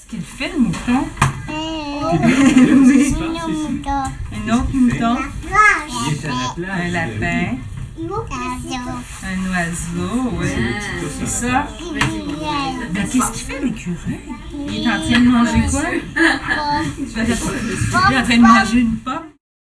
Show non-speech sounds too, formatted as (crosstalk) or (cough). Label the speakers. Speaker 1: Est-ce qu'il fait le mouton (laughs)
Speaker 2: Qu'est-ce qui se passe ici?
Speaker 1: Un autre mouton
Speaker 2: Il est à la plage.
Speaker 1: Un lapin Un oiseau, oui. C'est ça Mais qu'est-ce qu'il fait l'écureuil Il est en train de manger quoi Il est en train de manger une pomme